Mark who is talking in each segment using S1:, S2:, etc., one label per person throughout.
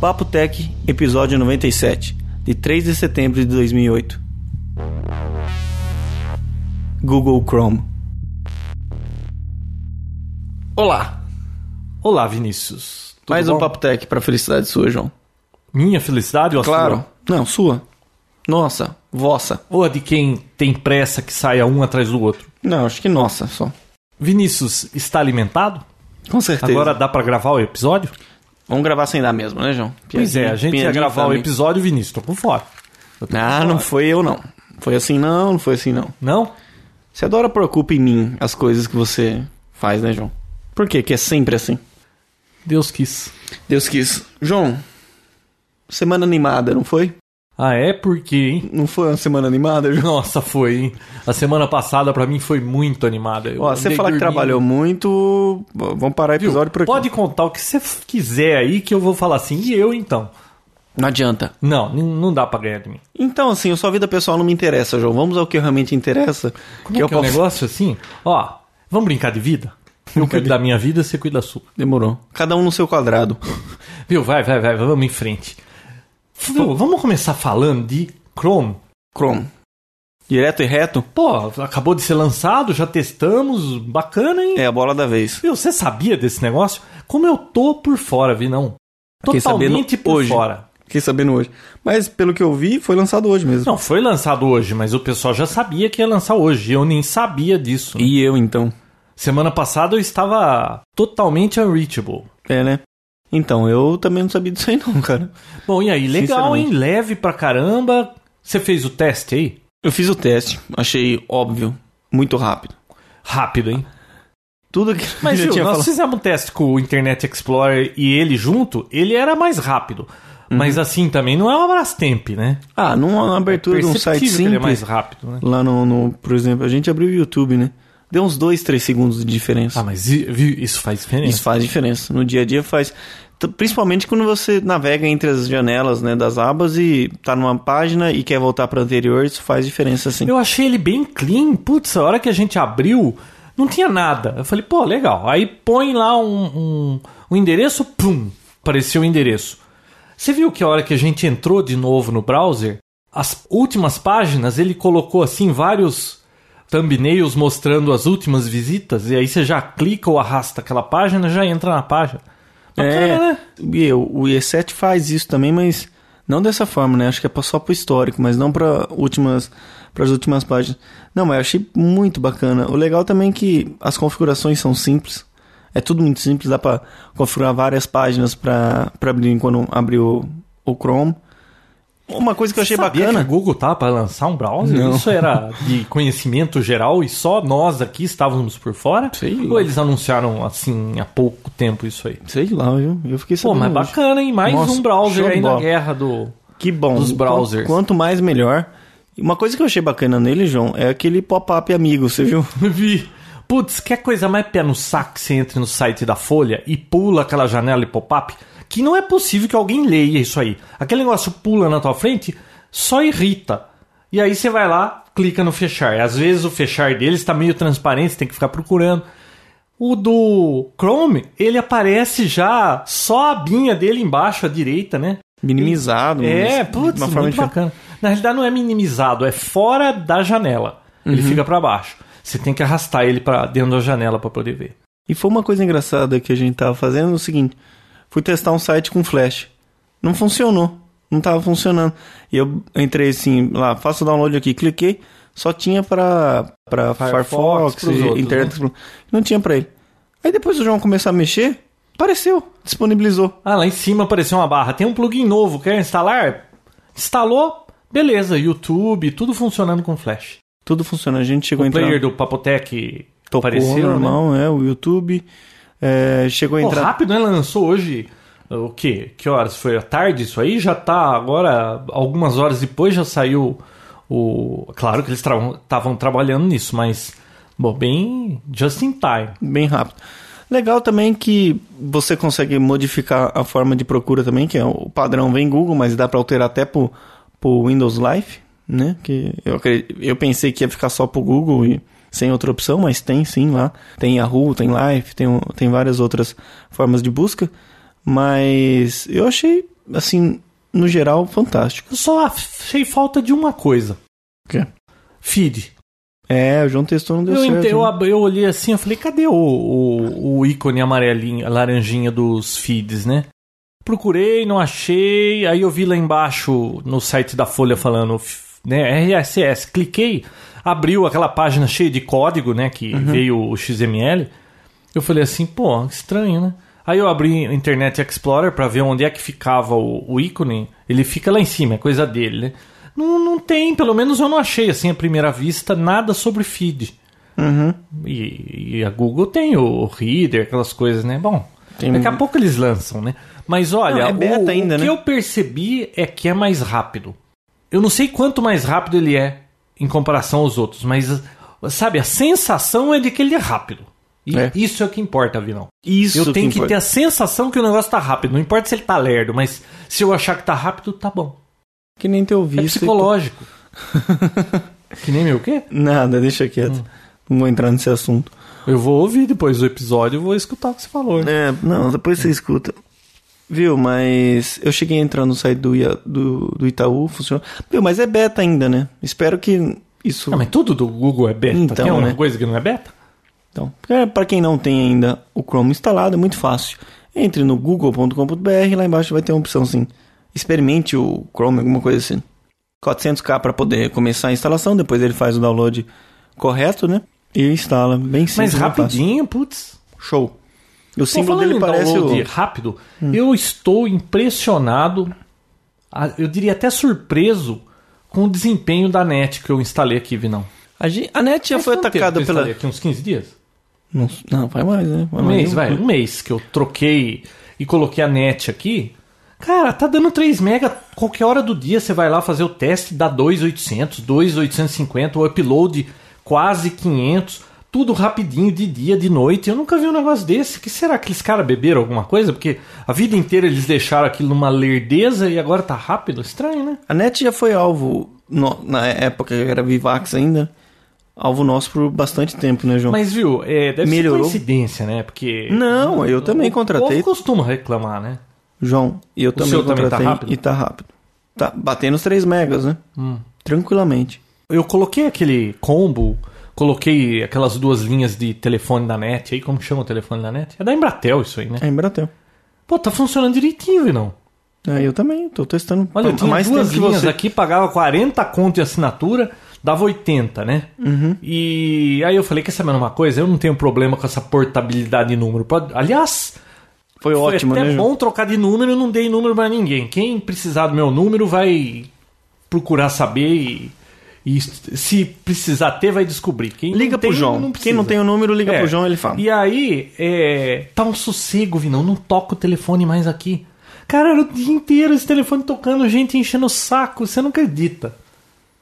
S1: Papo Tech, episódio 97, de 3 de setembro de 2008. Google Chrome. Olá,
S2: Olá, Vinícius. Tudo
S1: mais
S2: bom?
S1: um Papo Tech para felicidade sua, João.
S2: Minha felicidade ou a
S1: Claro.
S2: sua?
S1: Não, sua. Nossa, vossa.
S2: Ou a de quem tem pressa que saia um atrás do outro?
S1: Não, acho que nossa só.
S2: Vinícius, está alimentado?
S1: Com certeza.
S2: Agora dá pra gravar o episódio?
S1: Vamos gravar sem dar mesmo, né, João?
S2: Pois é,
S1: Piadinha-
S2: a gente ia
S1: piadinha
S2: gravar o
S1: também.
S2: episódio, Vinícius, tô por fora. Eu tô
S1: Ah,
S2: por
S1: não
S2: fora.
S1: foi eu, não. Foi assim não, não foi assim não.
S2: Não?
S1: Você adora pôr a culpa em mim as coisas que você faz, né, João? Por quê? Que é sempre assim.
S2: Deus quis.
S1: Deus quis. João, semana animada, não foi?
S2: Ah, é porque, hein?
S1: Não foi uma semana animada, João?
S2: Nossa, foi, hein? A semana passada pra mim foi muito animada. Eu
S1: Ó, você
S2: andei
S1: falar que
S2: dormindo.
S1: trabalhou muito, ó, vamos parar o episódio por aqui.
S2: Pode contar o que você f- quiser aí que eu vou falar assim. E eu então?
S1: Não adianta.
S2: Não, n- não dá pra ganhar de mim.
S1: Então, assim, a sua vida pessoal não me interessa, João. Vamos ao que realmente interessa.
S2: Como é que é o negócio assim? Ó, vamos brincar de vida? Eu cuido da minha vida, você cuida da sua.
S1: Demorou. Cada um no seu quadrado.
S2: Viu? Vai, vai, vai, vamos em frente. Viu? Vamos começar falando de Chrome.
S1: Chrome. Direto e reto?
S2: Pô, acabou de ser lançado, já testamos, bacana, hein?
S1: É a bola da vez.
S2: Viu, você sabia desse negócio? Como eu tô por fora, vi não.
S1: Fiquei sabendo
S2: Totalmente por
S1: hoje.
S2: fora.
S1: Fiquei sabendo hoje. Mas, pelo que eu vi, foi lançado hoje mesmo.
S2: Não, foi lançado hoje, mas o pessoal já sabia que ia lançar hoje. Eu nem sabia disso.
S1: E eu, então?
S2: Semana passada eu estava totalmente unreachable.
S1: É, né? Então, eu também não sabia disso aí não, cara.
S2: Bom, e aí, legal, hein? Leve pra caramba. Você fez o teste aí?
S1: Eu fiz o teste. Achei óbvio. Muito rápido.
S2: Rápido, hein?
S1: Tudo que
S2: Mas
S1: eu
S2: viu,
S1: tinha
S2: nós
S1: falado.
S2: fizemos um teste com o Internet Explorer e ele junto, ele era mais rápido. Mas assim também não é um Brastemp, né?
S1: Ah, numa abertura de um
S2: Perceptível
S1: site
S2: que ele é
S1: simples.
S2: mais rápido, né?
S1: Lá no, no- por exemplo, a gente abriu o YouTube, né? Deu uns 2, 3 segundos de diferença.
S2: Ah, mas i- viu, isso faz diferença.
S1: Isso faz diferença. No dia a dia faz. T- Principalmente quando você navega entre as janelas né, das abas e tá numa página e quer voltar para anterior, isso faz diferença sim.
S2: Eu achei ele bem clean. Putz, a hora que a gente abriu, não tinha nada. Eu falei, pô, legal. Aí põe lá um, um, um endereço, pum, apareceu o endereço. Você viu que a hora que a gente entrou de novo no browser, as últimas páginas ele colocou assim vários thumbnails mostrando as últimas visitas, e aí você já clica ou arrasta aquela página já entra na página. Bacana,
S1: é,
S2: né?
S1: e eu, o E7 faz isso também, mas não dessa forma, né? Acho que é pra- só pro histórico, mas não para últimas para as últimas páginas. Não, mas eu achei muito bacana. O legal também é que as configurações são simples. É tudo muito simples, dá pra configurar várias páginas pra pra abrir quando abrir o, o Chrome. Uma coisa que eu achei
S2: Sabia
S1: bacana.
S2: que o Google tá para lançar um browser?
S1: Não.
S2: Isso era de conhecimento geral e só nós aqui estávamos por fora?
S1: Sei lá.
S2: Ou eles anunciaram assim há pouco tempo isso aí?
S1: Sei lá, viu? Eu fiquei
S2: Pô,
S1: sabendo.
S2: mas
S1: hoje.
S2: bacana, hein? Mais
S1: Nossa,
S2: um
S1: show
S2: browser
S1: de
S2: aí na
S1: bola.
S2: guerra do.
S1: Que bom.
S2: Dos
S1: Qu-
S2: browsers.
S1: Quanto mais, melhor. E Uma coisa que eu achei bacana nele, João, é aquele pop-up amigo, você viu?
S2: Vi. Putz, quer coisa mais pé no saco que você entre no site da Folha e pula aquela janela e pop-up? Que não é possível que alguém leia isso aí. Aquele negócio pula na tua frente só irrita. E aí você vai lá, clica no fechar. Às vezes o fechar deles está meio transparente, você tem que ficar procurando. O do Chrome, ele aparece já só a abinha dele embaixo à direita, né?
S1: Minimizado.
S2: É,
S1: mas
S2: putz,
S1: de uma forma
S2: muito
S1: diferente.
S2: bacana. Na realidade não é minimizado, é fora da janela.
S1: Uhum.
S2: Ele fica pra baixo. Você tem que arrastar ele para dentro da janela pra poder ver.
S1: E foi uma coisa engraçada que a gente tava fazendo, é o seguinte, fui testar um site com flash. Não funcionou, não tava funcionando. E eu entrei assim, lá, faço download aqui, cliquei, só tinha pra, pra
S2: Firefox,
S1: Firefox,
S2: pros outros,
S1: Internet
S2: né?
S1: Explorer. Não tinha pra ele. Aí depois o João começou a mexer, apareceu, disponibilizou.
S2: Ah, lá em cima apareceu uma barra. Tem um plugin novo, quer instalar? Instalou, beleza. YouTube, tudo funcionando com Flash.
S1: Tudo funciona, a gente chegou a
S2: O
S1: entrar.
S2: player do Papotec
S1: Tocou
S2: Apareceu, né?
S1: normal, é, o YouTube. é, chegou a
S2: Pô,
S1: entrar.
S2: rápido, né? Lançou hoje. uh, O quê? Que horas? Foi à tarde isso aí? Já tá agora, algumas horas depois já saiu o. Claro que eles estavam trabalhando nisso, mas. Bom, bem. Just in time.
S1: bem rápido. Legal também que você consegue modificar a forma de procura também, que é o padrão vem Google, mas dá para alterar até pro, pro Windows Live, né? Que eu, acre- eu pensei que ia ficar só pro Google e sem outra opção, mas tem sim lá. Tem Yahoo, tem Live, tem, o- tem várias outras formas de busca. Mas eu achei, assim, no geral, fantástico.
S2: Eu só achei falta de uma coisa.
S1: O quê?
S2: Feed.
S1: É, o João testou não deu
S2: Eu,
S1: certo.
S2: ente- eu,
S1: né?
S2: ab- eu olhei assim, eu falei, cadê o, o, o ícone amarelinho, laranjinha dos feeds, né? Procurei, não achei, aí eu vi lá embaixo no site da Folha falando, f- né, RSS, cliquei, abriu aquela página cheia de código, né, que
S1: Uhum.
S2: veio o XML. Eu falei assim, pô, estranho, né? Aí eu abri Internet Explorer pra ver onde é que ficava o, o ícone. Ele fica lá em cima, é coisa dele, né? Não, não tem, pelo menos eu não achei, assim, à primeira vista, nada sobre feed. E, e a Google tem o Reader, aquelas coisas, né? Bom,
S1: Tem-
S2: daqui a pouco eles lançam, né? Mas olha,
S1: Não, é beta
S2: o, o
S1: ainda,
S2: que
S1: né?
S2: eu percebi é que é mais rápido. Eu não sei quanto mais rápido ele é em comparação aos outros, mas sabe, a sensação é de que ele é rápido. E
S1: É.
S2: isso é o que importa, Vinão.
S1: Isso
S2: eu tenho que,
S1: importa.
S2: ter a sensação que o negócio tá rápido. Não importa se ele tá lerdo, mas se eu achar que tá rápido, tá bom.
S1: Que nem teu visto.
S2: é
S1: e
S2: psicológico. que nem meu quê?
S1: Nada, deixa quieto.
S2: Hum.
S1: Não vou entrar nesse assunto.
S2: Eu vou ouvir depois do episódio e vou escutar o que você falou. né?
S1: É, não, depois você escuta. Viu, mas eu cheguei a entrar no site do, Ia- do, do Itaú, funciona. Viu, mas é beta ainda, né? Espero que isso.
S2: Ah, mas tudo do Google é beta.
S1: Então,
S2: tem alguma
S1: né?
S2: coisa que não é beta?
S1: Então, é, para quem não tem ainda o Chrome instalado, é muito fácil. Entre no google.com.br, lá embaixo vai ter uma opção assim. Experimente o Chrome, alguma coisa assim. 400k para poder começar a instalação, depois ele faz o download correto, né? E instala, bem simples.
S2: mas
S1: bem é fácil.
S2: rapidinho, putz.
S1: Show. O
S2: Sim,
S1: símbolo
S2: falando
S1: dele
S2: em
S1: parece o... Hum.
S2: download rápido, eu estou impressionado, a- eu diria até surpreso, com o desempenho da NET que eu instalei aqui, Vinão.
S1: A, gen- a net já
S2: Faz
S1: foi
S2: quanto tempo que
S1: atacada
S2: eu
S1: pela.
S2: instalei Aqui, uns 15 dias?
S1: Não, não, vai mais, né? Vai
S2: Um
S1: mais
S2: mês, vai. Um mês que eu troquei e coloquei a NET aqui. Cara, tá dando 3 mega. Qualquer hora do dia você vai lá fazer o teste, dá 2,800, 2,850, o upload quase 500. Tudo rapidinho, de dia, de noite. Eu nunca vi um negócio desse. que será que eles caras beberam alguma coisa? Porque a vida inteira eles deixaram aquilo numa lerdeza e agora tá rápido. Estranho, né?
S1: A net já foi alvo, no- na época que era Vivax ainda, alvo nosso por bastante tempo, né, João?
S2: Mas viu, é, deve
S1: Melhorou?
S2: ser coincidência, né? Porque.
S1: Não, eu também
S2: O
S1: contratei.
S2: povo costuma reclamar, né?
S1: João, eu também
S2: seu também
S1: contratei
S2: tá rápido? Hum.
S1: e tá rápido. Tá batendo os 3 megas, né? Tranquilamente.
S2: Eu coloquei aquele combo, coloquei aquelas duas linhas de telefone da net aí, como que chama o telefone da net? É da Embratel isso aí, né?
S1: É Embratel.
S2: Pô, tá funcionando direitinho, não?
S1: É, eu também, tô testando.
S2: Olha, eu
S1: há
S2: tinha duas
S1: tempo que
S2: linhas
S1: você.
S2: aqui, pagava 40 conto de assinatura, dava 80, né?
S1: Uhum.
S2: E aí eu falei, quer saber uma coisa? Eu não tenho problema com essa portabilidade de número. Pode- Aliás,
S1: Foi, ótimo,
S2: até
S1: né, João?
S2: bom trocar de número, eu não dei número pra ninguém. Quem precisar do meu número vai procurar saber e, e se precisar ter, vai descobrir. Quem
S1: Liga
S2: não
S1: pro
S2: tem,
S1: João. Quem não
S2: precisa.
S1: tem o número, liga
S2: É.
S1: pro João, ele fala.
S2: E aí, é, tá um sossego, Vinão. Não toca o telefone mais aqui. Cara, era o dia inteiro esse telefone tocando, gente enchendo o saco. Você não acredita.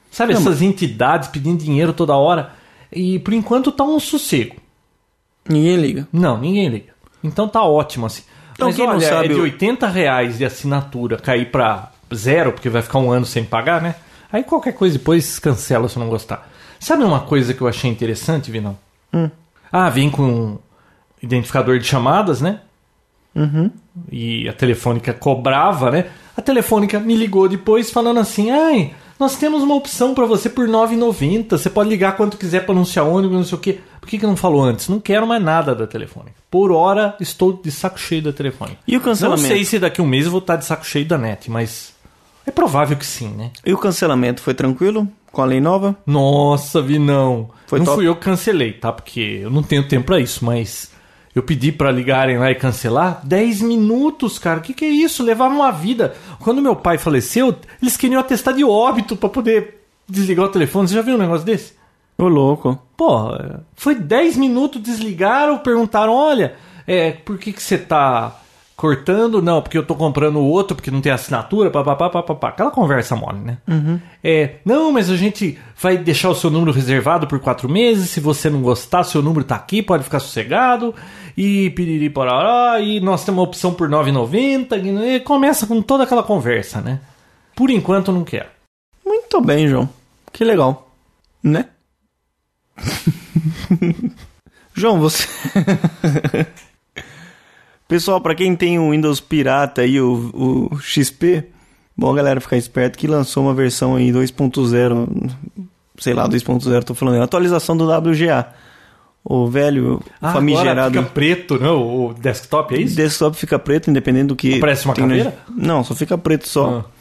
S2: Sabe, essas entidades pedindo dinheiro toda hora. E por enquanto tá um sossego.
S1: Ninguém liga.
S2: Não, ninguém liga. Então tá ótimo assim.
S1: Então,
S2: Mas
S1: quem não
S2: olha,
S1: sabe,
S2: é de
S1: eu-
S2: 80 reais de assinatura cair pra zero, porque vai ficar um ano sem pagar, né? Aí qualquer coisa depois cancela se eu não gostar. Sabe uma coisa que eu achei interessante, Vinão?
S1: Hum.
S2: Ah, vem com identificador de chamadas, né?
S1: Uhum.
S2: E a telefônica cobrava, né? A telefônica me ligou depois falando assim: ai, nós temos uma opção pra você por R$ 9,90. Você pode ligar quanto quiser pra anunciar ônibus, não sei o quê. Por que, que não falou antes? Não quero mais nada da telefônica. Por hora, estou de saco cheio da telefônica.
S1: E o cancelamento?
S2: Não sei se daqui a um mês eu vou estar de saco cheio da net, mas é provável que sim, né?
S1: E o cancelamento foi tranquilo? Com a lei nova?
S2: Nossa, vi não.
S1: Foi
S2: não
S1: top?
S2: fui eu que cancelei, tá? Porque eu não tenho tempo pra isso, mas eu pedi pra ligarem lá e cancelar 10 minutos, cara. O que, que é isso? Levaram uma vida. Quando meu pai faleceu, eles queriam atestar de óbito pra poder desligar o telefone. Você já viu um negócio desse?
S1: Ô, louco.
S2: Pô, foi 10 minutos, desligaram, perguntaram: olha, é, por que, que você tá cortando? Não, porque eu tô comprando o outro, porque não tem assinatura, papapá, papapá. Aquela conversa mole, né? É, não, mas a gente vai deixar o seu número reservado por quatro meses. Se você não gostar, seu número tá aqui, pode ficar sossegado. E piriri pororó, e nós temos uma opção por R$ 9,90. E e começa com toda aquela conversa, né? Por enquanto, não quero.
S1: Muito bem, João. Que legal. Né? João, você. Pessoal, pra quem tem o Windows Pirata aí, o, o XP, bom, galera, ficar esperto que lançou uma versão aí 2.0, sei lá, 2.0, tô falando, é atualização do WGA. O velho o
S2: Ah,
S1: famigerado.
S2: Agora fica preto, né? O o desktop, é
S1: O
S2: isso?
S1: desktop fica preto, independente do que.
S2: Parece uma
S1: tem na-
S2: caveira?
S1: Não, só fica preto só.
S2: Ah.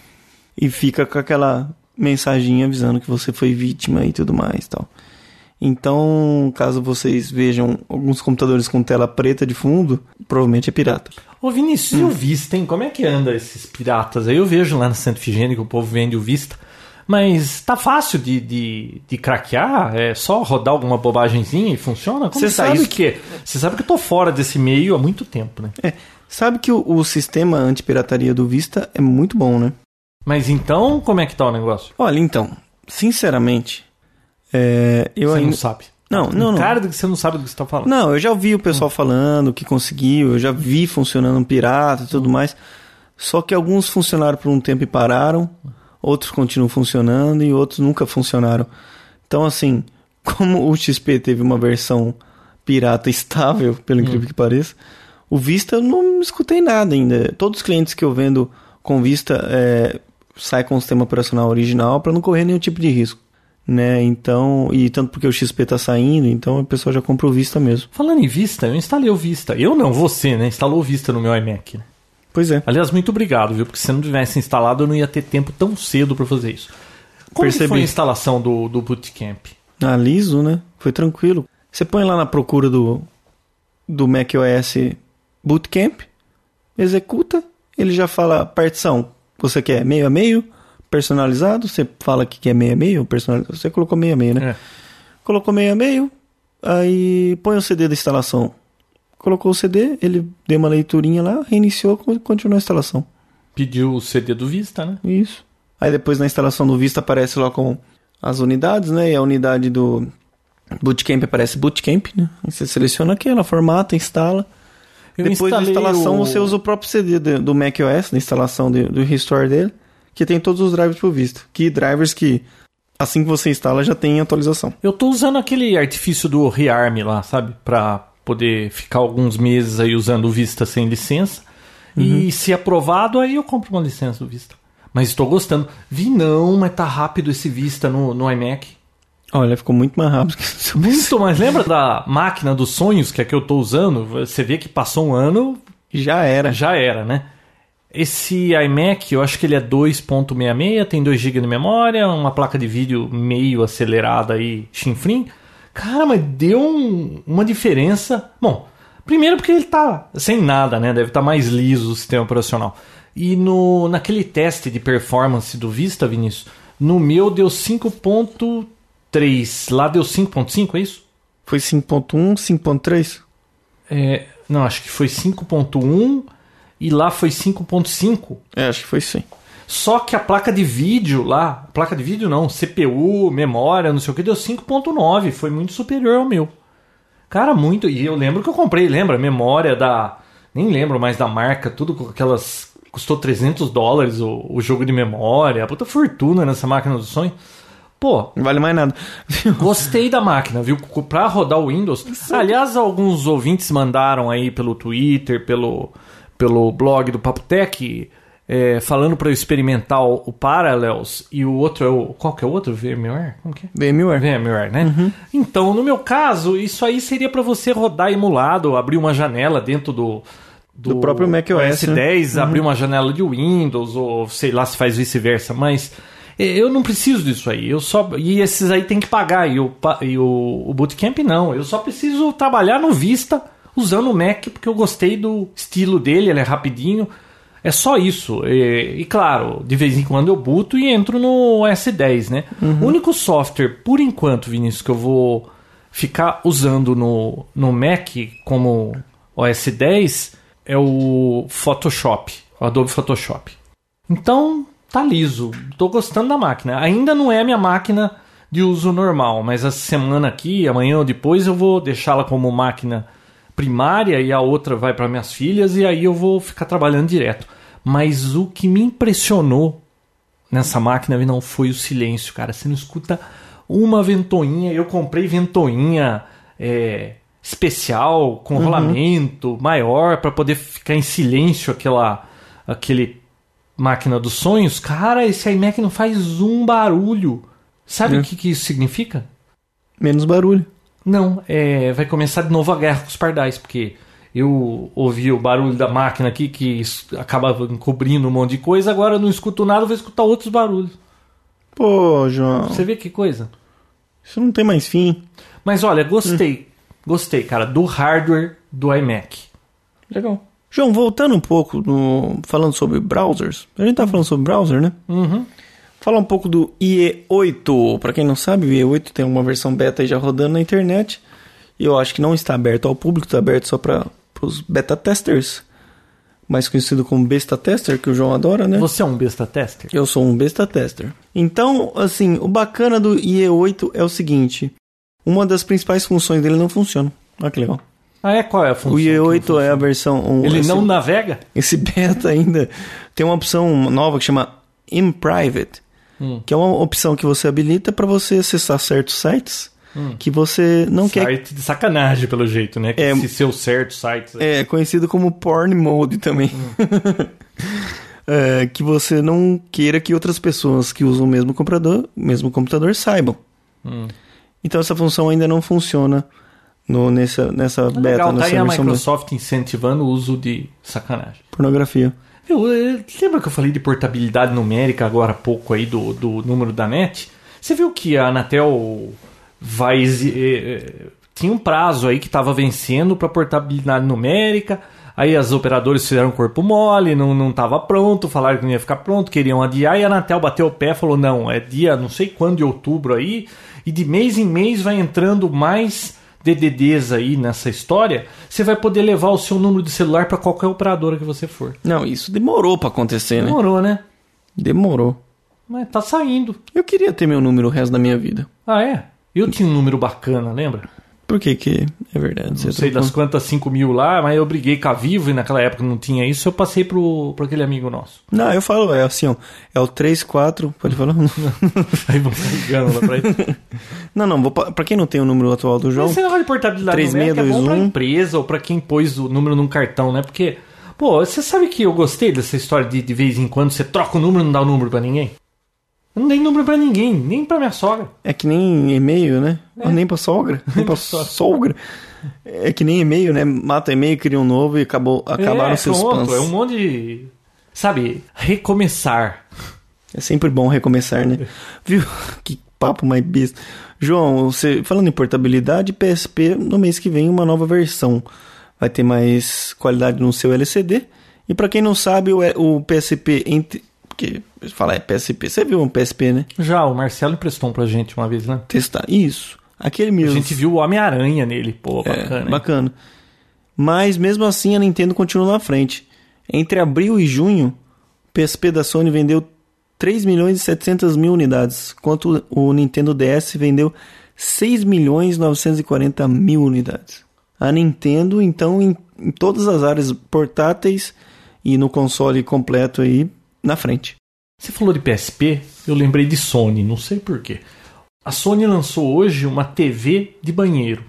S1: E fica com aquela mensaginha avisando que você foi vítima e tudo mais tal. Então, caso vocês vejam alguns computadores com tela preta de fundo, provavelmente é pirata.
S2: Ô Vinícius, e o Vista, hein? Como é que anda esses piratas aí? Eu vejo lá na Santa Figênia que o povo vende o Vista. Mas tá fácil de, de, de craquear? É só rodar alguma bobagemzinha e funciona? Como
S1: Você
S2: tá
S1: sabe
S2: isso? que... Você sabe que eu tô fora desse meio há muito tempo, né?
S1: É, sabe que o, o sistema antipirataria do Vista é muito bom, né?
S2: Mas então, como é que tá o negócio?
S1: Olha, então, sinceramente, é, eu
S2: você
S1: ainda.
S2: não sabe.
S1: Não, não, não.
S2: Cara, Hum. que você não sabe do que você tá falando.
S1: Não, eu já vi o pessoal falando que conseguiu, eu já vi funcionando um pirata e tudo
S2: Hum.
S1: mais. Só que alguns funcionaram por um tempo e pararam, outros continuam funcionando e outros nunca funcionaram. Então, assim, como o XP teve uma versão pirata estável, pelo incrível que pareça, o Vista eu não escutei nada ainda. Todos os clientes que eu vendo com Vista é, sai com o sistema operacional original para não correr nenhum tipo de risco. Né, então, e tanto porque o XP tá saindo, então a pessoa já compra o Vista mesmo.
S2: Falando em Vista, eu instalei o Vista. Eu não, você, né? Instalou o Vista no meu iMac, né?
S1: Pois é.
S2: Aliás, muito obrigado, viu? Porque se não tivesse instalado, eu não ia ter tempo tão cedo pra fazer isso. Como que
S1: Percebi.
S2: foi a instalação do, do Bootcamp?
S1: Ah, liso, né? Foi tranquilo. Você põe lá na procura do, do macOS Bootcamp, executa, ele já fala a partição. Você quer meio a meio, personalizado, você fala que quer meio a meio, personalizado. Você colocou meio a meio, né?
S2: É.
S1: Colocou meio a meio, aí põe o CD da instalação. Colocou o CD, ele deu uma leiturinha lá, reiniciou, continuou a instalação.
S2: Pediu o CD do Vista, né?
S1: Isso. Aí depois na instalação do Vista aparece lá com as unidades, né? E a unidade do Bootcamp aparece Bootcamp, né? Aí você seleciona aquela, formata, instala.
S2: Eu
S1: depois da
S2: instalei
S1: instalação
S2: o-
S1: você usa o próprio CD de- do macOS, na instalação de- do restore dele, que tem todos os drivers pro Vista. Que drivers que assim que você instala já tem atualização.
S2: Eu tô usando aquele artifício do rearm lá, sabe? Pra poder ficar alguns meses aí usando o Vista sem licença.
S1: Uhum.
S2: E se aprovado, aí eu compro uma licença do Vista. Mas estou gostando. Vi não, mas tá rápido esse Vista no, no iMac.
S1: Olha, ficou muito mais rápido que o seu
S2: Muito mais. Lembra da máquina dos sonhos, que é a que eu tô usando? Você vê que passou um ano,
S1: Já era.
S2: já era, né? Esse iMac, eu acho que ele é 2.66, tem 2 GB de memória, uma placa de vídeo meio acelerada aí, chinfrim. Cara, mas deu um- uma diferença. Bom, primeiro porque ele tá sem nada, né? Deve estar mais liso o sistema operacional. E no naquele teste de performance do Vista, Vinícius, no meu deu 5.3, lá deu 5.5, é isso?
S1: Foi 5.1, 5.3?
S2: É, não, acho que foi 5.1 e lá foi 5.5.
S1: É, acho que foi sim.
S2: Só que a placa de vídeo lá, placa de vídeo não, CPU, memória, não sei o que, deu 5.9, foi muito superior ao meu. Cara, muito. E eu lembro que eu comprei, lembra? Memória da. Nem lembro mais da marca, tudo com aquelas. Custou 300 dólares o, o jogo de memória, puta fortuna nessa máquina do sonho. Pô,
S1: Não vale mais nada.
S2: Gostei da máquina, viu? Pra rodar o Windows. Aliás, alguns ouvintes mandaram aí pelo Twitter, pelo, pelo blog do Papotec, é, falando pra eu experimentar o, o Parallels e o outro é o. Qual que é o outro? VMware? Como que é?
S1: VMware.
S2: VMware, né?
S1: Uhum.
S2: Então, no meu caso, isso aí seria pra você rodar emulado, abrir uma janela dentro do.
S1: Do próprio macOS, né?
S2: S10, abrir uma janela de Windows, ou sei lá se faz vice-versa, mas eh, eu não preciso disso aí. Eu só E esses aí tem que pagar, e, o, pa- e o, o Bootcamp não. Eu só preciso trabalhar no Vista usando o Mac, porque eu gostei do estilo dele, ele é rapidinho. É só isso. E, e, claro, de vez em quando eu buto e entro no S10, né? O único software, por enquanto, Vinícius, que eu vou ficar usando no, no Mac como OS 10 é o Photoshop, o Adobe Photoshop. Então, tá liso. Tô gostando da máquina. Ainda não é minha máquina de uso normal, mas essa semana aqui, amanhã ou depois, eu vou deixá-la como máquina primária e a outra vai para minhas filhas e aí eu vou ficar trabalhando direto. Mas o que me impressionou nessa máquina não foi o silêncio, cara. Você não escuta uma ventoinha. Eu comprei ventoinha é, especial com rolamento maior para poder ficar em silêncio aquela aquele máquina dos sonhos. Cara, esse iMac não faz um barulho. Sabe
S1: É.
S2: o que, que isso significa?
S1: Menos barulho.
S2: Não, é, vai começar de novo a guerra com os pardais, porque eu ouvi o barulho da máquina aqui que es- acabava encobrindo um monte de coisa, agora eu não escuto nada, eu vou escutar outros barulhos.
S1: Pô, João,
S2: Você vê que coisa?
S1: isso não tem mais fim.
S2: Mas olha, gostei.
S1: Hum.
S2: Gostei, cara, do hardware do iMac.
S1: Legal. João, voltando um pouco, no, falando sobre browsers. A gente tá falando sobre browser, né?
S2: Uhum.
S1: Falar um pouco do IE8. Pra quem não sabe, o IE8 tem uma versão beta aí já rodando na internet. E eu acho que não está aberto ao público, está aberto só para os beta testers. Mais conhecido como besta tester, que o João adora, né?
S2: Você é um besta tester?
S1: Eu sou um besta tester. Então, assim, o bacana do IE8 é o seguinte: uma das principais funções dele não funciona. Olha que legal.
S2: Ah, é? Qual é a função?
S1: O
S2: que não
S1: IE8
S2: funciona?
S1: é a versão. um-
S2: Ele
S1: esse-
S2: não navega?
S1: esse beta ainda tem uma opção nova que chama In Private,
S2: Hum.
S1: que é uma opção que você habilita para você acessar certos sites
S2: Hum.
S1: que você não quer.
S2: Site de sacanagem, pelo jeito, né? Que
S1: É.
S2: Se seu certo site...
S1: É conhecido como Porn Mode também.
S2: Hum.
S1: É, que você não queira que outras pessoas que usam o mesmo computador, mesmo computador saibam.
S2: Hum.
S1: Então essa função ainda não funciona no, nessa, nessa beta,
S2: Legal, tá
S1: nessa
S2: aí a
S1: versão da
S2: Microsoft incentivando o uso de sacanagem.
S1: pornografia.
S2: Eu, eh, lembra que eu falei de portabilidade numérica agora há pouco aí do, do número da net? Você viu que a Anatel vai. exi- eh, eh, tinha um prazo aí que estava vencendo para portabilidade numérica. Aí as operadoras fizeram corpo mole, não não estava pronto, falaram que não ia ficar pronto, queriam adiar e a Anatel bateu o pé, falou não, é dia não sei quando de outubro aí e de mês em mês vai entrando mais DDDs aí nessa história. Você vai poder levar o seu número de celular para qualquer operadora que você for.
S1: Não, isso demorou para acontecer, né?
S2: Demorou, né?
S1: Demorou.
S2: Mas tá saindo.
S1: Eu queria ter meu número o resto da minha vida.
S2: Ah, é? Eu tinha um número bacana, lembra?
S1: Por que que é verdade? Você
S2: Não sei
S1: tá
S2: das quantas 5 mil lá, mas eu briguei com a Vivo e naquela época não tinha isso. Eu passei pro, pro aquele amigo nosso.
S1: Não, eu falo, é assim, ó. É o 3, 4, pode falar?
S2: Aí vão brigando lá pra ele.
S1: Não, não, vou, pa- pra quem não tem o número atual do João,
S2: Mas Esse negócio de portabilidade numérica é bom pra
S1: 3621.
S2: empresa ou pra quem pôs o número num cartão, né? Porque, pô, você sabe que eu gostei dessa história de de vez em quando você troca o número e não dá o número pra ninguém? Eu não dei número pra ninguém, nem pra minha sogra.
S1: é que nem e-mail, né?
S2: É.
S1: Ah, Nem pra sogra, nem pra sogra. É que nem e-mail, né? Mata e-mail, cria um novo e acabou, acabaram
S2: é,
S1: seus
S2: pronto,
S1: pans.
S2: É um monte de. Sabe, recomeçar.
S1: É sempre bom recomeçar,
S2: É.
S1: né? Viu? Que papo mais besta. João, você falando em portabilidade, PSP no mês que vem uma nova versão. Vai ter mais qualidade no seu LCD. E pra quem não sabe, o, é, o PSP entre, porque falar é PSP, você viu um PSP, né?
S2: Já, o Marcelo emprestou um pra gente uma vez, né?
S1: Testar isso. Aquele
S2: A
S1: mesmo.
S2: gente viu o Homem-Aranha nele. Pô,
S1: É,
S2: bacana. hein?
S1: bacana. Mas mesmo assim a Nintendo continua na frente. Entre abril e junho, o PSP da Sony vendeu 3 milhões e 700 mil unidades, enquanto o Nintendo DS vendeu 6 milhões e 940 mil unidades. A Nintendo, então, em, em todas as áreas portáteis e no console completo aí, na frente.
S2: Você falou de PSP, eu lembrei de Sony, não sei porquê. A Sony lançou hoje uma TV de banheiro.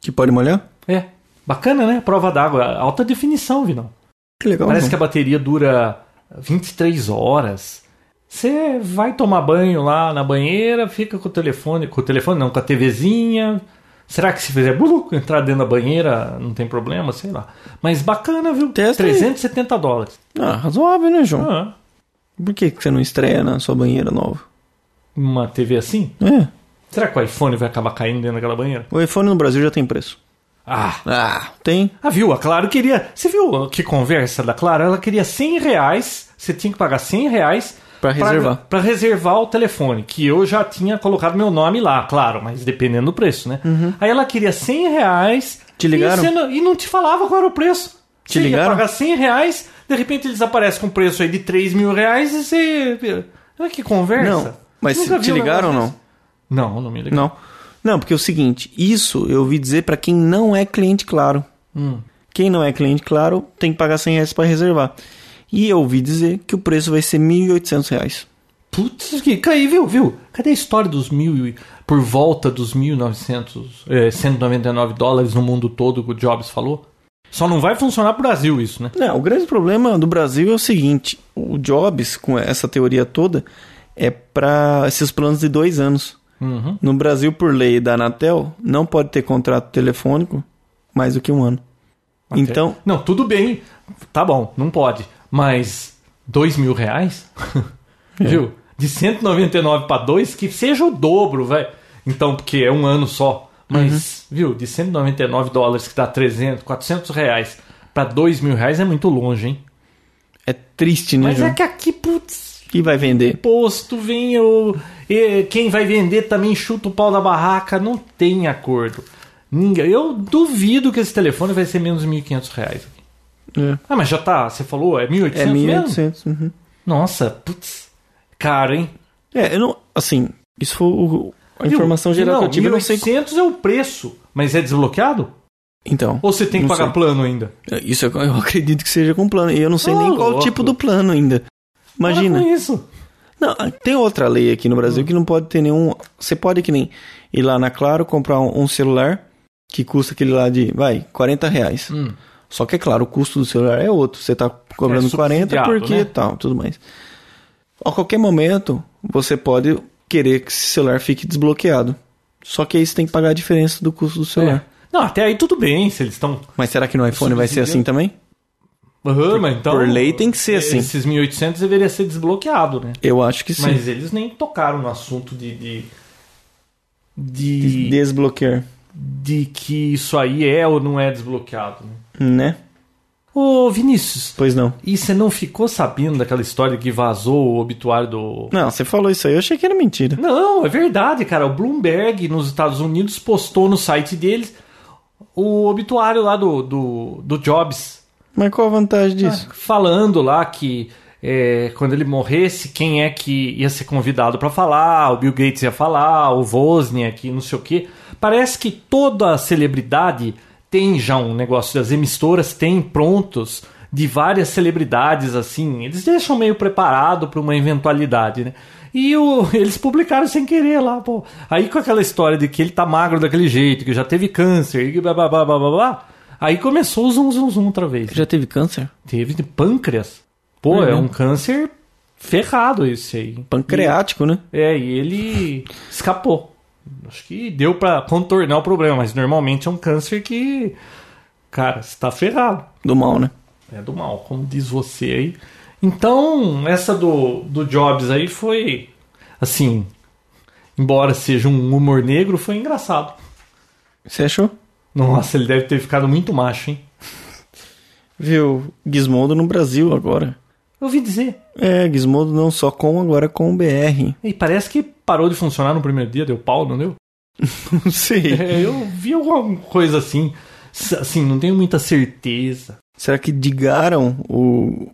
S1: Que pode molhar?
S2: É, bacana, né? Prova d'água. Alta definição, Vinão.
S1: Que legal.
S2: Parece
S1: Então, não.
S2: que a bateria dura 23 horas. Você vai tomar banho lá na banheira, fica com o telefone, com o telefone não, com a TVzinha. Será que se fizer blu, entrar dentro da banheira não tem problema, sei lá. Mas bacana, viu?
S1: Testa aí.
S2: 370 dólares.
S1: Ah, razoável, né, João?
S2: é Ah,
S1: Por que, que você não estreia na sua banheira nova?
S2: uma TV assim?
S1: É.
S2: Será que o iPhone vai acabar caindo dentro daquela banheira?
S1: O iPhone no Brasil já tem preço.
S2: Ah,
S1: Ah, tem.
S2: ah, viu? A Claro queria. Você viu que conversa da Claro? Ela queria 100 reais. Você tinha que pagar 100 reais.
S1: Pra reservar.
S2: Pra reservar o telefone, que eu já tinha colocado meu nome lá, claro, mas dependendo do preço, né? Aí ela queria 100 reais.
S1: Uhum. Te ligaram?
S2: E, você não, e não te falava qual era o preço.
S1: Te
S2: você
S1: ligaram?
S2: ia pagar 100 reais, de repente eles aparecem com um preço aí de 3 mil reais e você. Olha que conversa.
S1: Não, mas
S2: Nunca
S1: se-
S2: vi
S1: te
S2: um
S1: ligaram ou
S2: negócio
S1: não?
S2: desse. Não, não me ligaram.
S1: Não. Não, porque é o seguinte, isso eu ouvi dizer pra quem não é cliente claro. Quem não é cliente claro tem que pagar 100 reais pra reservar. E eu ouvi dizer que o preço vai ser 1.800 reais.
S2: Putz, que caí, viu, viu? Cadê a história dos mil e... Por volta dos 1.900... Eh, 199 dólares no mundo todo que o Jobs falou? Só não vai funcionar pro Brasil isso, né?
S1: Não, o grande problema do Brasil é o seguinte: o Jobs, com essa teoria toda, é pra esses planos de dois anos.
S2: Uhum.
S1: No Brasil, por lei da Anatel, não pode ter contrato telefônico mais do que um ano. Então,
S2: Não, tudo bem. Tá bom, não pode. Mas... Dois mil reais? Viu? De 199 para dois, que seja o dobro, velho. Então, porque é um ano só. Mas, viu? De 199 dólares, que dá 300, 400 reais, para dois mil reais é muito longe, hein?
S1: é triste, né,
S2: Mas
S1: João?
S2: é que aqui, putz...
S1: E vai vender.
S2: imposto, vem o. e Quem vai vender também chuta o pau da barraca, não tem acordo. Ninguém- Eu duvido que esse telefone vai ser menos de 1.500 reais. aqui.
S1: É,
S2: Ah, mas já tá, você falou, é 1.800
S1: é
S2: mesmo?
S1: 1.800. Uhum.
S2: Nossa, putz, caro, hein?
S1: É, eu não. Assim, isso foi o- a
S2: Viu?
S1: informação geral
S2: não,
S1: que eu tive. Eu não sei.
S2: 1.800 é o preço, mas é desbloqueado?
S1: Então.
S2: Ou você tem
S1: não
S2: que pagar
S1: sei. É,
S2: plano ainda?
S1: Isso eu- eu acredito que seja com plano. E eu não sei
S2: Ô,
S1: nem qual o
S2: louco.
S1: tipo do plano ainda. Imagina.
S2: Para com isso.
S1: Não, tem outra lei aqui no
S2: Hum.
S1: Brasil que não pode ter nenhum. Você pode que nem ir lá na Claro comprar um, um celular que custa aquele lá de, vai, 40 reais.
S2: Hum.
S1: Só que é claro, o custo do celular é outro. Você tá cobrando
S2: É
S1: 40
S2: subsidiado,
S1: porque
S2: né?
S1: tal, tudo mais. A qualquer momento, você pode querer que esse celular fique desbloqueado. Só que aí você tem que pagar a diferença do custo do
S2: É.
S1: celular.
S2: Não, até aí tudo bem, se eles estão.
S1: Mas será que no iPhone vai ser assim também?
S2: Aham, mas então.
S1: por lei tem que ser assim.
S2: Esses 1.800 deveria ser desbloqueado, né?
S1: Eu acho que sim.
S2: Mas eles nem tocaram no assunto de. de...
S1: De-
S2: De,
S1: Desbloquear,
S2: de que isso aí é ou não é desbloqueado. né?
S1: né?
S2: Ô, Vinícius,
S1: Pois não.
S2: e você não ficou sabendo daquela história que vazou o obituário do.
S1: Não, você falou isso aí, eu achei que era mentira.
S2: Não, é verdade, cara. O Bloomberg nos Estados Unidos postou no site deles o obituário lá do, do, do Jobs.
S1: Mas qual a vantagem
S2: Ah.
S1: disso?
S2: falando lá que é, quando ele morresse, quem é que ia ser convidado para falar? O Bill Gates ia falar, o Wozniak, não sei o quê. Parece que toda celebridade tem já um negócio das emissoras, tem prontos de várias celebridades assim. Eles deixam meio preparado para uma eventualidade, né? E o- eles publicaram sem querer lá, pô. Aí com aquela história de que ele tá magro daquele jeito, que já teve câncer, e blá blá blá blá blá. blá aí começou o zum zum zum outra vez.
S1: Já teve câncer?
S2: Teve de pâncreas. Pô,
S1: Uhum.
S2: é um câncer ferrado esse aí.
S1: Pancreático, né?
S2: E- é, e ele escapou. Acho que deu pra contornar o problema, mas normalmente é um câncer que, cara, você tá ferrado.
S1: Do mal, né?
S2: É do mal, como diz você aí. Então, essa do, do Jobs aí foi, assim, embora seja um humor negro, foi engraçado.
S1: Você achou?
S2: Nossa, ele deve ter ficado muito macho, hein?
S1: Viu Gizmodo no Brasil agora.
S2: Eu ouvi dizer.
S1: É, Gizmodo não só com, agora com o BR.
S2: E parece que parou de funcionar no primeiro dia, deu pau, não deu?
S1: Não sei.
S2: É, eu vi alguma coisa assim. S- Assim, não tenho muita certeza.
S1: Será que digaram o,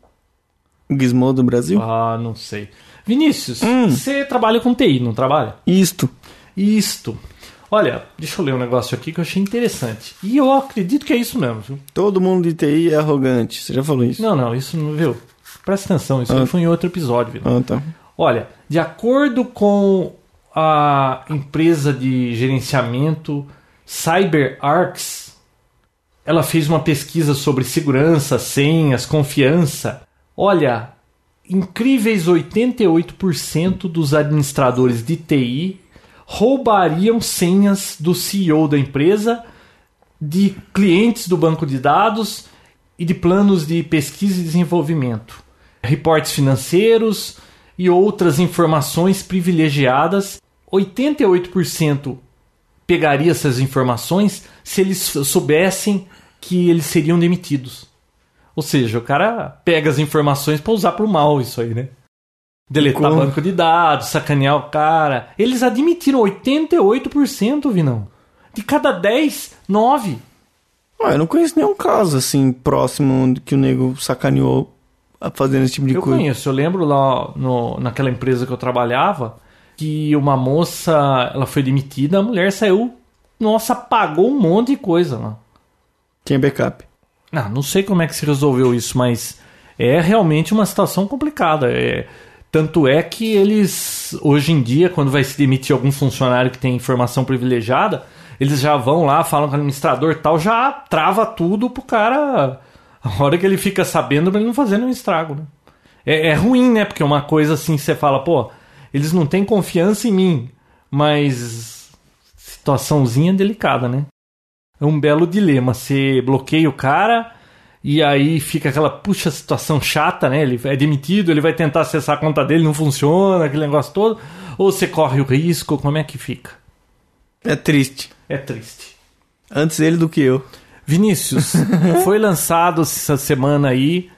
S1: o Gizmodo no Brasil?
S2: Ah, não sei. Vinícius,
S1: Hum.
S2: você trabalha com TI, não trabalha?
S1: Isto.
S2: Isto. Olha, deixa eu ler um negócio aqui que eu achei interessante. E eu acredito que é isso mesmo, viu?
S1: Todo mundo de TI é arrogante. Você já falou isso?
S2: Não, não, isso não, viu? Presta atenção, isso
S1: Ah.
S2: aí foi em outro episódio, viu?
S1: Ah, tá.
S2: Olha, de acordo com a empresa de gerenciamento CyberArks, ela fez uma pesquisa sobre segurança, senhas, confiança. Olha, incríveis 88% dos administradores de TI roubariam senhas do CEO da empresa, de clientes do banco de dados e de planos de pesquisa e desenvolvimento, reportes financeiros e outras informações privilegiadas. 88% pegaria essas informações se eles soubessem que eles seriam demitidos. Ou seja, o cara pega as informações para usar pro mal isso aí, né? Deletar
S1: Como?
S2: banco de dados, sacanear o cara. Eles admitiram 88%, Vinão. De cada 10, 9.
S1: Ué, Ah, eu não conheço nenhum caso assim próximo onde que o nego sacaneou a- fazendo esse tipo de
S2: Eu
S1: coisa.
S2: conheço, eu lembro lá no- naquela empresa que eu trabalhava que uma moça, ela foi demitida, a mulher saiu, nossa, pagou um monte de coisa lá.
S1: Tinha backup.
S2: Não, não sei como é que se resolveu isso, mas é realmente uma situação complicada. É, tanto é que eles, hoje em dia, quando vai se demitir algum funcionário que tem informação privilegiada, eles já vão lá, falam com o administrador e tal, já trava tudo pro cara. A hora que ele fica sabendo, pra ele não fazer nenhum estrago. Né? É, é ruim, né? Porque é uma coisa assim, você fala, pô, eles não têm confiança em mim, mas situaçãozinha delicada, né? É um belo dilema. Você bloqueia o cara e aí fica aquela puxa situação chata, né? Ele é demitido, ele vai tentar acessar a conta dele, não funciona, aquele negócio todo. Ou você corre o risco, como é que fica?
S1: É triste.
S2: É triste.
S1: Antes ele do que eu.
S2: Vinícius, foi lançado essa semana aí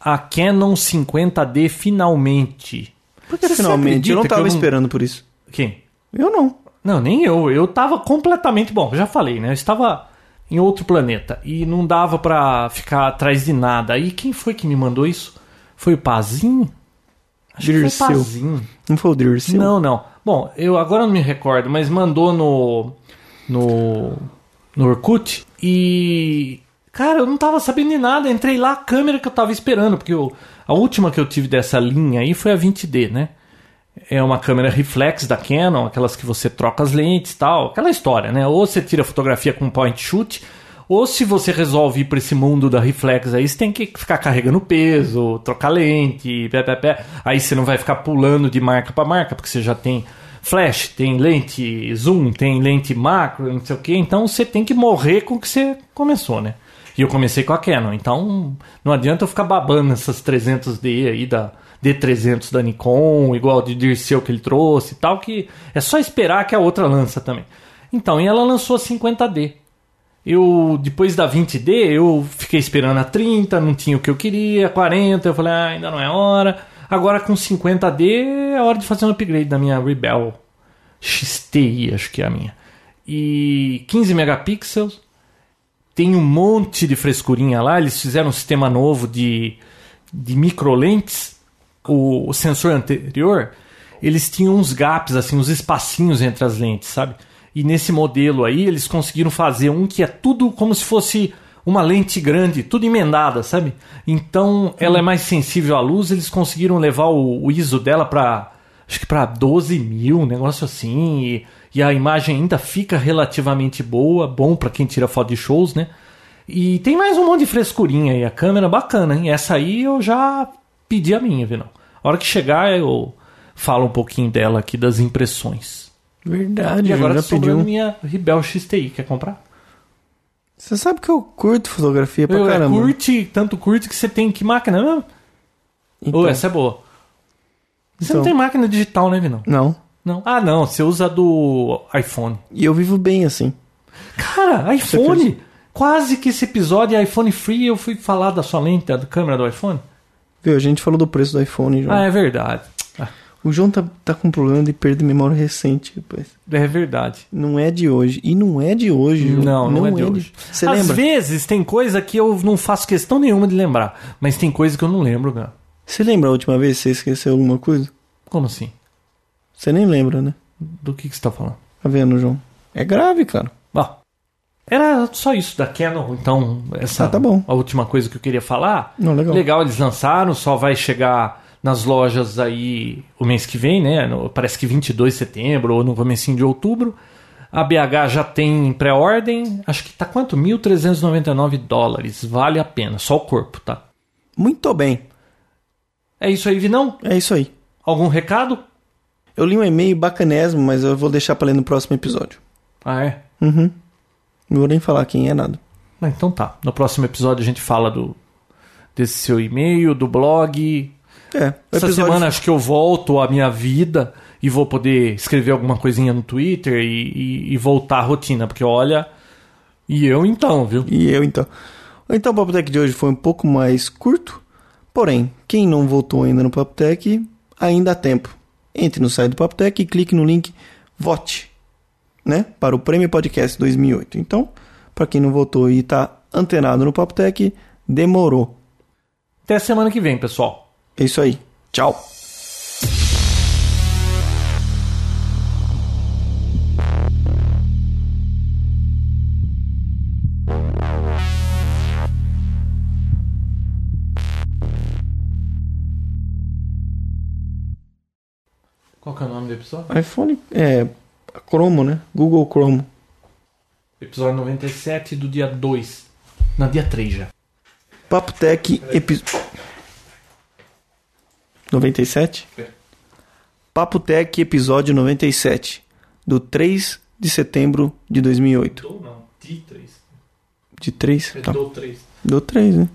S2: a Canon 50D finalmente. Por que
S1: Finalmente, eu não tava esperando por isso.
S2: Quem?
S1: Eu não.
S2: Não, nem eu. Eu tava completamente. Bom, já falei, né? Eu estava em outro planeta e não dava pra ficar atrás de nada. E quem foi que me mandou isso? Foi o Pazinho? Acho que foi
S1: Dirceu.
S2: o Pazinho.
S1: Não foi o Dirceu?
S2: Não, não. Bom, eu agora não me recordo, mas mandou no. no. no Orkut e. Cara, eu não tava sabendo de nada. Entrei lá, a câmera que eu tava esperando, porque eu- a última que eu tive dessa linha aí foi a 20D, né? É uma câmera reflex da Canon, aquelas que você troca as lentes e tal, aquela história, né? Ou você tira fotografia com point shoot, ou se você resolve ir para esse mundo da reflex aí, você tem que ficar carregando peso, trocar lente, pé, pé, pé. Aí você não vai ficar pulando de marca para marca, porque você já tem flash, tem lente zoom, tem lente macro, não sei o que. Então você tem que morrer com o que você começou, né? E eu comecei com a Canon, então não adianta eu ficar babando essas 300D aí da D300 da Nikon, igual de Dirceu que ele trouxe e tal, que é só esperar que a outra lança também. Então, e ela lançou a 50D. Eu, depois da 20D, eu fiquei esperando a 30, não tinha o que eu queria, 40, eu falei, ah, ainda não é hora. Agora com 50D é hora de fazer um upgrade da minha Rebel XTI, acho que é a minha. E 15 megapixels, tem um monte de frescurinha lá. Eles fizeram um sistema novo de, de microlentes. O, o sensor anterior, eles tinham uns gaps, assim, uns espacinhos entre as lentes, sabe? E nesse modelo aí, eles conseguiram fazer um que é tudo como se fosse uma lente grande, tudo emendada, sabe? Então, ela é mais sensível à luz. Eles conseguiram levar o, o ISO dela para acho que para 12 mil, um negócio assim, e, e a imagem ainda fica relativamente boa, bom para quem tira foto de shows, né? E tem mais um monte de frescurinha aí, a câmera bacana, hein? Essa aí eu já pedi a minha, Vinão. A hora que chegar eu falo um pouquinho dela aqui, das impressões.
S1: Verdade,
S2: E
S1: eu
S2: agora
S1: já pediu. um.
S2: sobrando minha Rebel XTI, quer comprar?
S1: Você sabe que eu curto fotografia pra
S2: Eu, é,
S1: caramba.
S2: curte, tanto curte que você tem que máquina mesmo?
S1: Então,
S2: Ou essa é boa? Você não
S1: Então.
S2: tem máquina digital, né, Vinão?
S1: Não.
S2: Não. Ah, não, você usa do iPhone.
S1: E eu vivo bem assim.
S2: Cara, iPhone! Quase que esse episódio é iPhone Free eu fui falar da sua lente, da câmera do iPhone.
S1: Viu, a gente falou do preço do iPhone, João.
S2: Ah, é verdade. Ah,
S1: O João tá, tá com problema de perda de memória recente, rapaz.
S2: É verdade.
S1: Não é de hoje. E não é de hoje, João.
S2: Não, não, é de hoje.
S1: Você
S2: Às
S1: lembra?
S2: vezes tem coisa que eu não faço questão nenhuma de lembrar, mas tem coisa que eu não lembro, cara.
S1: Você lembra a última vez que você esqueceu alguma coisa?
S2: Como assim?
S1: Você nem lembra, né?
S2: Do que, que você tá falando?
S1: Tá vendo, João? É grave, cara.
S2: Bom, era só isso da Canon, então essa
S1: Ah, tá bom.
S2: a última coisa que eu queria falar.
S1: Não, legal.
S2: Legal, eles lançaram, só vai chegar nas lojas aí o mês que vem, né? No- parece que 22 de setembro ou no comecinho de outubro. A BH já tem em pré-ordem, acho que tá quanto? 1.399 dólares, vale a pena, só o corpo, tá?
S1: Muito bem.
S2: É isso aí, Vinão?
S1: É isso aí.
S2: Algum recado?
S1: Eu li um e-mail bacanésimo, mas eu vou deixar pra ler no próximo episódio.
S2: Ah, é?
S1: Uhum. Não vou nem falar quem é nada.
S2: Ah, então tá. No próximo episódio a gente fala do desse seu e-mail, do blog,
S1: É, o
S2: Essa
S1: episódio
S2: semana acho que eu volto à minha vida e vou poder escrever alguma coisinha no Twitter e, e- e voltar à rotina, porque olha. E eu então, viu?
S1: E eu então. Então o Papo Tech de hoje foi um pouco mais curto, porém, quem não votou ainda no Papo Tech, ainda há tempo. Entre no site do Papo Tech e clique no link Vote, né? Para o Prêmio Podcast 2008. Então, para quem não votou e tá antenado no Papo Tech, demorou.
S2: Até semana que vem, pessoal.
S1: É isso aí. Tchau.
S2: Qual que é o nome do episódio?
S1: iPhone é Chrome, né? Google Chrome.
S2: Episódio 97 do dia 2. Na dia 3 já.
S1: Papo Tech episódio 97?
S2: É.
S1: Papo Tech episódio 97, do 3 de setembro de 2008.
S2: Dou não, É de 3.
S1: De 3? Tá.
S2: Dou 3.
S1: Do 3, né?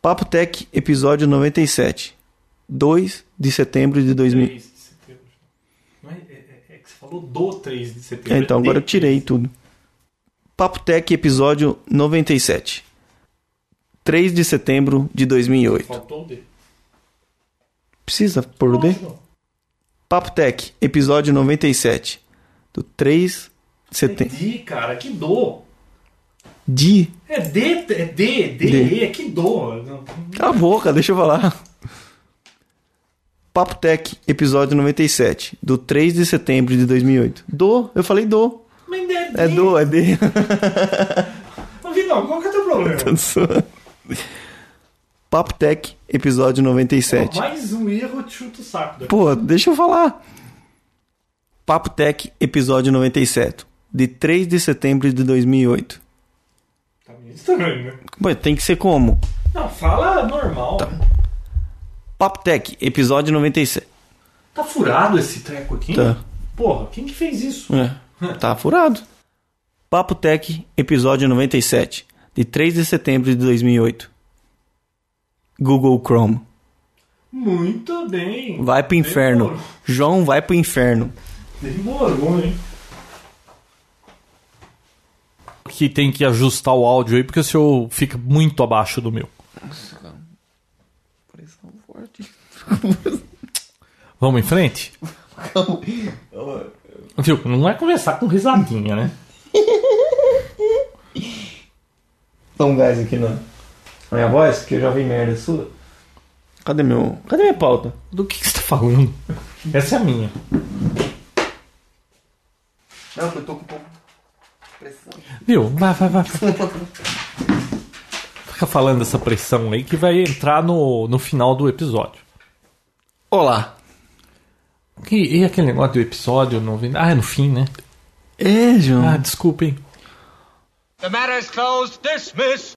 S1: Papo Tech episódio 97, 2 de setembro de 2000.
S2: 3 de setembro. Não é, é- é que você falou do 3 de setembro.
S1: É, então
S2: é de
S1: agora eu tirei tudo. Papo Tech episódio 97, 3 de setembro de 2008.
S2: Faltou o D.
S1: Precisa pôr o D?
S2: Não.
S1: Papo Tech, episódio 97, do 3 de
S2: É
S1: setembro.
S2: de, cara, que do.
S1: De.
S2: É D, é D, D,
S1: D.
S2: E, é que do. Não,
S1: Cala a boca, deixa eu falar. Papo Tech, episódio 97, do 3 de setembro de 2008. Do, eu falei do.
S2: Mas é D.
S1: É do, é de.
S2: Ô, Vinão, qual que é o teu problema?
S1: Papo Tech, episódio 97.
S2: Mais um erro, eu te chuto o saco. daqui.
S1: Pô, deixa eu falar. Papo Tech, episódio 97, de 3 de setembro de 2008.
S2: Tá meio estranho, né?
S1: Pô, tem que ser como?
S2: Não, fala normal. Tá,
S1: Papo Tech, episódio 97.
S2: Tá furado esse treco aqui?
S1: Tá.
S2: Porra, quem que fez isso?
S1: É, tá furado. Papo Tech, episódio 97, de 3 de setembro de 2008. Google Chrome.
S2: Muito bem.
S1: Vai pro inferno. João vai pro inferno.
S2: Demorou, hein? Que tem que ajustar o áudio aí, porque o seu fica muito abaixo do meu. Vamos em frente? Viu? Não vai começar com risadinha, né?
S1: Dá um gás aqui na na minha voz, que eu já vi merda sua. Cadê meu. Cadê minha pauta?
S2: Do que, que você tá falando? Essa é a minha.
S1: Não, eu tô com um pouco de pressão. um
S2: Viu? Vai, vai, vai. Fica falando dessa pressão aí que vai entrar no, no final do episódio.
S1: Olá.
S2: Que- E, aquele negócio do episódio 90. Ah, é no fim, né?
S1: É, João.
S2: Ah, desculpem.
S3: The matter is closed. Dismiss.